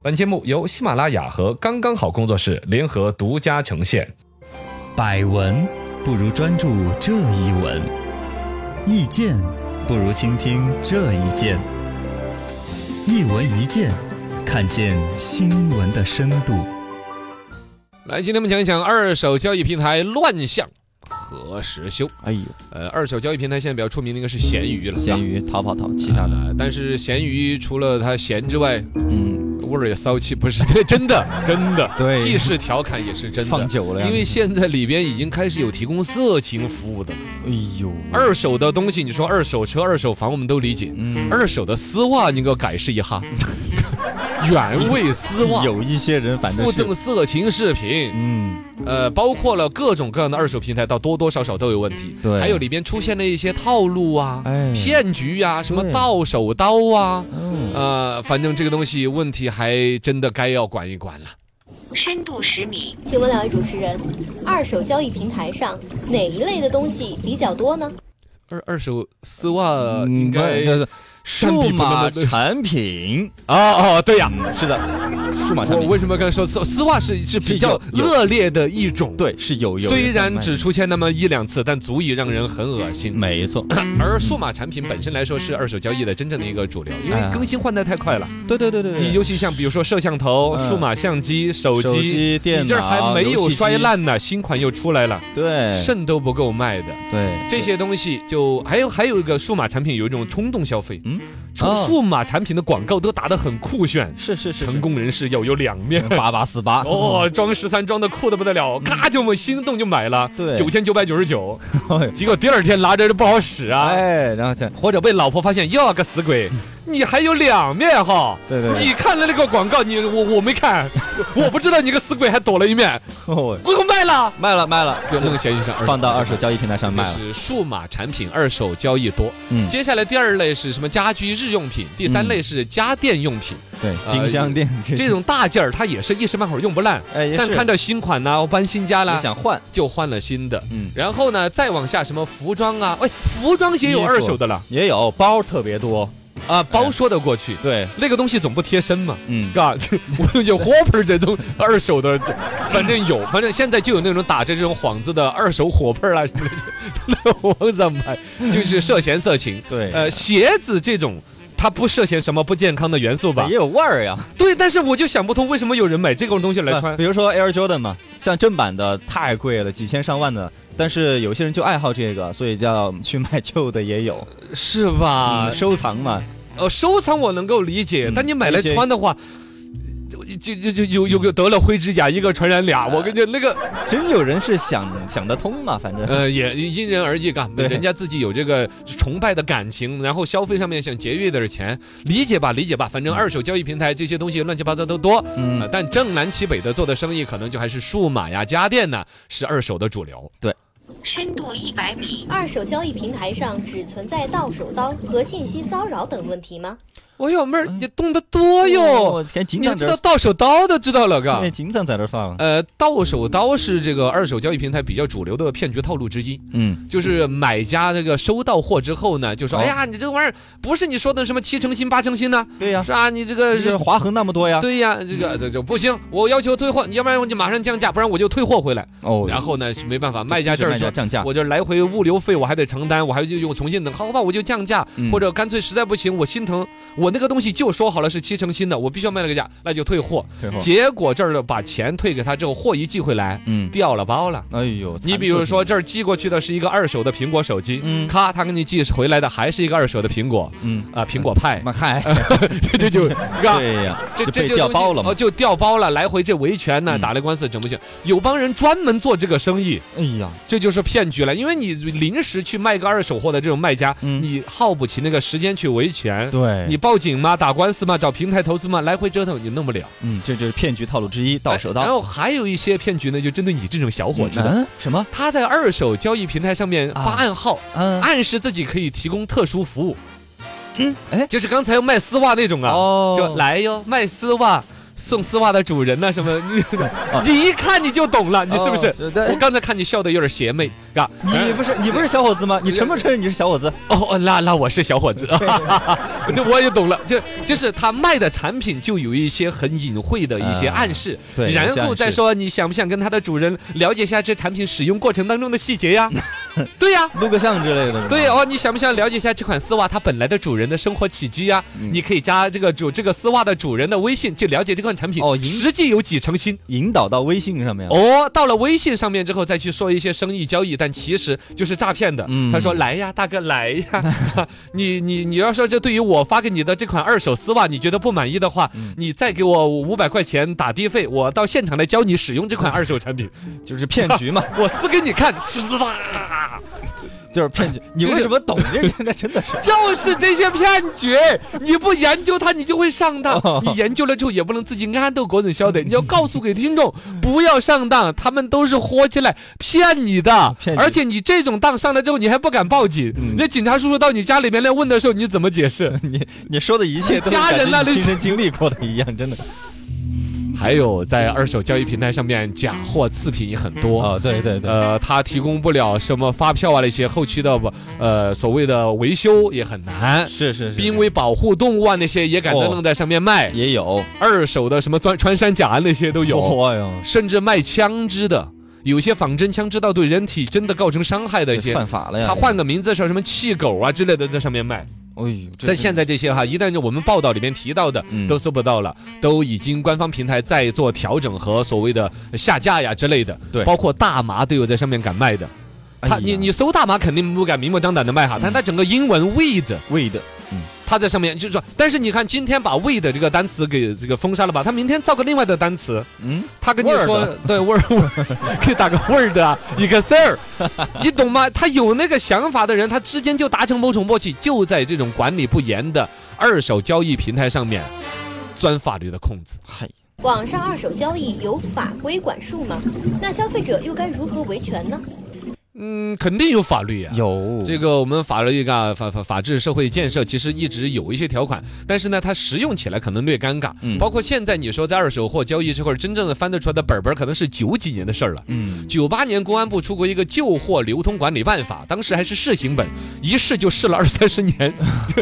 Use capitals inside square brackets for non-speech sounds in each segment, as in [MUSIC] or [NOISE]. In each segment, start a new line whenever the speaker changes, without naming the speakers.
本节目由喜马拉雅和刚刚好工作室联合独家呈现。
百闻不如专注这一闻，意见不如倾听这一见。一闻一见，看见新闻的深度。
来，今天我们讲一讲二手交易平台乱象何时休。
哎呦，
呃，二手交易平台现在比较出名的应该是闲鱼了，
咸
鱼
鱼、淘宝、淘旗下的，
但是闲鱼除了它闲之外，
嗯，
味儿也骚气，不是真的， [LAUGHS] 真的，
对
既是调侃也是真
放
的。
久了呀，
因为现在里边已经开始有提供色情服务的了
哎呦，
二手的东西，你说二手车、二手房，我们都理解。
嗯，
二手的丝袜，你给我改试一
[LAUGHS]
哈，原味丝袜，
嗯有一些人反正
附
是
赠，色情视频，
嗯，
呃，包括了各种各样的二手平台，到多多少少都有问题。
对
还有里边出现了一些套路啊、
哎，
骗局啊，什么
对
到手刀啊，
哦，
呃，反正这个东西问题还真的该要管一管了。
深度十米，
请问两位主持人，二手交易平台上哪一类的东西比较多呢？
二二手丝袜应
嗯
该
对就是
占
数码
比不那么
产品，
哦哦，对呀。
嗯是的，数码产
我
品，
为什么刚才说丝丝袜是是比
是
较
有有
恶劣的一种？
对是有有人在卖，
虽然只出现那么一两次，但足以让人很恶心。
没错，
而数码产品本身来说是二手交易的真正的一个主流，因
哎
为
呀
更新换代太快了。
对对对对
你
对，
尤其像比如说摄像头、
嗯
数码相机、手
手
机，
机、电
你这儿
脑、
还没
游
有
戏机哎
摔，烂呢，新款又出来了，
对，
肾都不够卖的。
对
这，些东西就还有还有一个数码产品有一种冲动消费，嗯
嗯，
从
哦
数码产品的广告都打得很酷炫，
是是嗯是
成功人士要有两面。
八八四八，
哦，装十三装的酷的不得了，咔就我们心动就买了，
对
九千九百九十九，
哎
结果第二天拿着就不好使啊，
哎，然后这，
或者被老婆发现，要个死鬼，你还有两面哈。
嗯对对对
你看了那个广告，你我我没
[LAUGHS]
看，我不知道你个死鬼还躲了一面，
哦
给我卖了，
卖了卖了，
就弄闲鱼上
放到二手交易平台上
就
卖了，
是数码产品二手交易多。
嗯，
接下来第二类是什么？家居日用品，第三
嗯
类是家电用品，
对，
呃
冰箱电器
这，种大件儿它也是一时半会儿用不烂，
哎，嗯 [LAUGHS] 也
但
是
看啊到新款呐，我搬新家啦
也，想换，
就换了新的。
嗯，
然后呢，再往下什么服装啊，喂，服装也有
衣服哎
二手的了
也有包特别多，
啊，包说得过去，
对，
那个东西总不贴身嘛。
嗯，
嘎，我有 Hopper 这种二手的，这反正有，反正现在就有那种打着这种幌子的二手火盆啊什么的，就网上买，就是涉嫌色情。
对，
呃，鞋子这种，它不涉嫌什么不健康的元素吧
也？有味儿呀，
对，但是我就想不通为什么有人买这种东西来穿
呃。比如说 Air Jordan 嘛，像正版的太贵了，几千上万的，但是有些人就爱好这个，所以就要去卖旧的也有，
是吧
嗯收藏嘛，
呃，收藏我能够理解，
嗯
但你买来穿的话，就就就有有个得了灰指甲，一个传染俩。我跟你讲那个，
真有人是想想得通嘛，
[LAUGHS]
反正，
呃，也因人而异嘎。
对
人家自己有这个崇拜的感情，然后消费上面想节约点钱，理解吧，理解吧。反正二手交易平台这些东西乱七八糟都多，呃
嗯，
但正南其北的做的生意，可能就还是数码呀、家电呐，是二手的主流。
深度一百米，
二手交易平台上只存在到手刀和信息骚扰等问题吗？
哎呦，妹儿，你懂得多哟，
我给
哎
紧
你还
张
知
点
道
儿，
到手刀都知道啊了嘎
哎，。紧张在这儿算了，
嗯呃，到手刀是这个二手交易平台比较主流的骗局套路之一，
嗯，
就是买家这个收到货之后呢，就说：“
哦
哎呀，你这个玩意儿不是你说的什么七成新、八成新呢、
对呀，
是啊，你这个
就是
是。”
划痕那么多呀，
对呀，这个这就不行，我要求退货，你要不然我就马上降价，不然我就退货回来。
哦，
然后呢，是没办法，卖家这儿
卖家
就
降价，
我这来回物流费我还得承担，我还就用重新等，好吧，我就降价，
嗯
或者干脆实在不行，我心疼，我那个东西就说好了是七成新的，我必须要卖那个价，那就退货。
退货
结果这儿把钱退给他之后，货一寄回来，
嗯，
掉了包了。
哎呦，
你比如说，这儿寄过去的是一个二手的苹果手机，
嗯
咔，他给你寄回来的还是一个二手的苹果，
嗯，
啊、苹果派，
妈嗨，
[LAUGHS] 这就就，是 [LAUGHS] 吧？
对呀，
这
就
这
被
就
调
东西
包了嘛
哦，，就调包了，来回这维权呢，
嗯
打了官司整不行。有帮人专门做这个生意，
哎呀，
这就是骗局了。因为你临时去卖个二手货的这种卖家，
嗯
你耗不起那个时间去维权，
对
你报警吗？打官司吗？找平台投诉吗？来回折腾你弄不了。
嗯，这就是骗局套路之一，到手
哎然
到。
后还有一些骗局呢，就针对你这种小伙子的。
嗯，什么？
他在二手交易平台上面发
啊
暗号，
嗯，
暗示自己可以提供特殊服务。嗯，
哎
就是刚才卖丝袜那种啊，
哦
就来哟，卖丝袜。送丝袜的主人呐、什
[LAUGHS]
么，你你一看你就懂了，你是不是？
哦是的
我刚才看你笑的有点邪魅，嘎、
你不是你不是小伙子吗？你承不承认你是小伙子？
哦，哦那那我是小
[LAUGHS]
伙子，那我也懂了，就就是他卖的产品就有一些很隐晦的一些
啊
暗示，
对有些
然
暗
后
示
再说你想不想跟他的主人了解一下这产品使用过程当中的细节
[LAUGHS]
呀？对呀、
录个像之类的。
对，哦，你想不想了解一下这款丝袜它本来的主人的生活起居呀、
嗯
你可以加这个主这个丝袜的主人的微信，去了解这款产品
哦引
实际有几成新。
引导到微信上面。
哦，到了微信上面之后再去说一些生意交易，但其实就是诈骗的。
嗯
他说：“来呀，大哥来呀， [LAUGHS] 你你你要说这对于我发给你的这款二手丝袜你觉得不满意的话，你再给我五百块钱打的费，我到现场来教你使用这款二手产品，
就是骗局
[LAUGHS]
嘛，
我撕给你看，撕吧。”
就是骗局。你
就是
为什么懂这个？那真的是。
就是这些骗局，你不研究它，你就会上当
哦。
你研究了之后，也不能自己安斗国人
[LAUGHS]
晓得，你要告诉给听众，不要上当，他们都是豁起来骗你的
啊骗。你
而且你这种当上来之后，你还不敢报警，
嗯
那警察叔叔到你家里面来问的时候，你怎么解释？
你你说的一切都是
家人
感
那
觉
里
你亲身经历过的一样，真的。嗯
还有在二手交易平台上面，假货次品也很多
哦，对对对，
呃，他提供不了什么发票啊那些后期的呃所谓的维修也很难，
是是是，
濒危保护动物啊那些也敢
哦
登弄在上面卖。
也有
二手的什么穿穿山甲那些都有，
哎呦，
甚至卖枪支的，有些仿真枪支到对人体真的构成伤害的一
这
些，
犯哎法了呀！
他换个名字说什么气狗啊之类的在上面卖。
哎呦，这
但
是
现在这些哈，一旦就我们报道里面提到的
嗯
都搜不到了，都已经官方平台在做调整和所谓的下架呀之类的，
对
包括大麻都有在上面敢卖的。
哎
他
呀
你你搜大麻肯定不敢明目张胆的卖哈，但他整个英文 weed。
喂的，
他在上面就是说，但是你看，今天把 “we” 的这个单词给这个封杀了吧？他明天造个另外的单词，
嗯，
他跟你
Word
说对 Word，可 [LAUGHS] 以打个 Word 啊，一个 [LAUGHS] Sir，你懂吗？他有那个想法的人，他之间就达成某种默契，就在这种管理不严的二手交易平台上面钻法律的空子。
嗨，
网上二手交易有法规管束吗？那消费者又该如何维权呢？
嗯，肯定有法律呀、
有
这个我们法律啊法法法治社会建设其实一直有一些条款，但是呢，它实用起来可能略尴尬。
嗯
包括现在你说在二手货交易这块儿，真正的翻得出来的本本，可能是九几年的事儿了。
嗯，
九八年公安部出过一个《旧货流通管理办法》，当时还是试行本，一试就试了二三十年， [LAUGHS]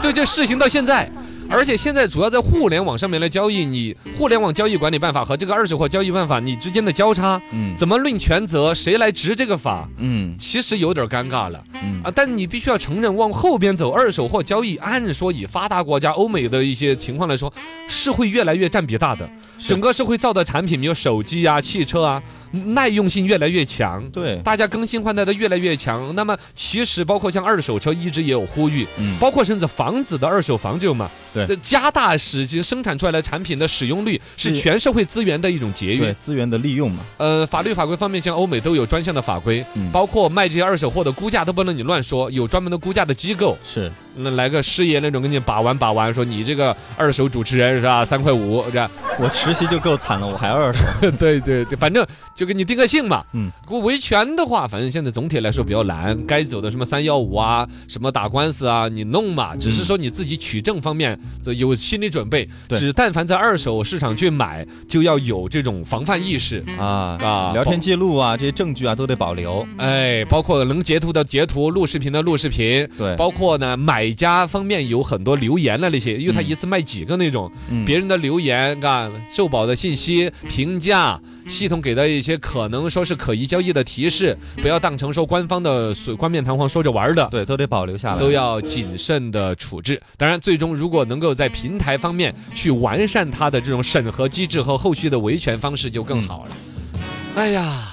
对，就试行到现在。而且现在主要在互联网上面来交易，你互联网交易管理办法和这个二手货交易办法你之间的交叉，
嗯
怎么论权责，谁来执这个法，
嗯
其实有点尴尬了。
嗯
啊，但你必须要承认，往后边走，二手货交易，按说以发达国家、欧美的一些情况来说，是会越来越占比大的。
是
整个社会造的产品，比如手机啊、汽车啊，耐用性越来越强。
对，
大家更新换代的越来越强，那么其实包括像二手车一直也有呼吁，
嗯
包括甚至房子的二手房这种嘛，
对
这加大使这生产出来的产品的使用率是
是
全社会资源的一种节约
对。资源的利用嘛，
呃，法律法规方面，像欧美都有专项的法规，
嗯
包括卖这些二手货的估价都不能你乱说，有专门的估价的机构，
是
那来个师爷那种给你把玩把玩，说你这个二手主持人是吧，三块五是吧？
我实习就够惨了，我还要二手，
[LAUGHS] 对对对，反正就给你定个性嘛。
嗯，
不维权的话，反正现在总体来说比较难，该走的什么三幺五啊，什么打官司啊，你弄嘛。只是说你自己取证方面这有心理准备，
对
只但凡在二手市场去买，就要有这种防范意识。
啊
啊
聊
包
天记录啊，这些证据啊都得保留，
哎，包括能截图的截图，录视频的录视频，
对，
包括呢买家方面有很多留言了那些，因为他
嗯
一次卖几个那种，
嗯
别人的留言啊、受保的信息、评价，系统给的一些可能说是可疑交易的提示，不要当成说官方的所冠冕堂皇说着玩儿的。
对都得保留下来，
都要谨慎的处置。当然，最终如果能够在平台方面去完善它的这种审核机制和后续的维权方式，就更好了。哎呀，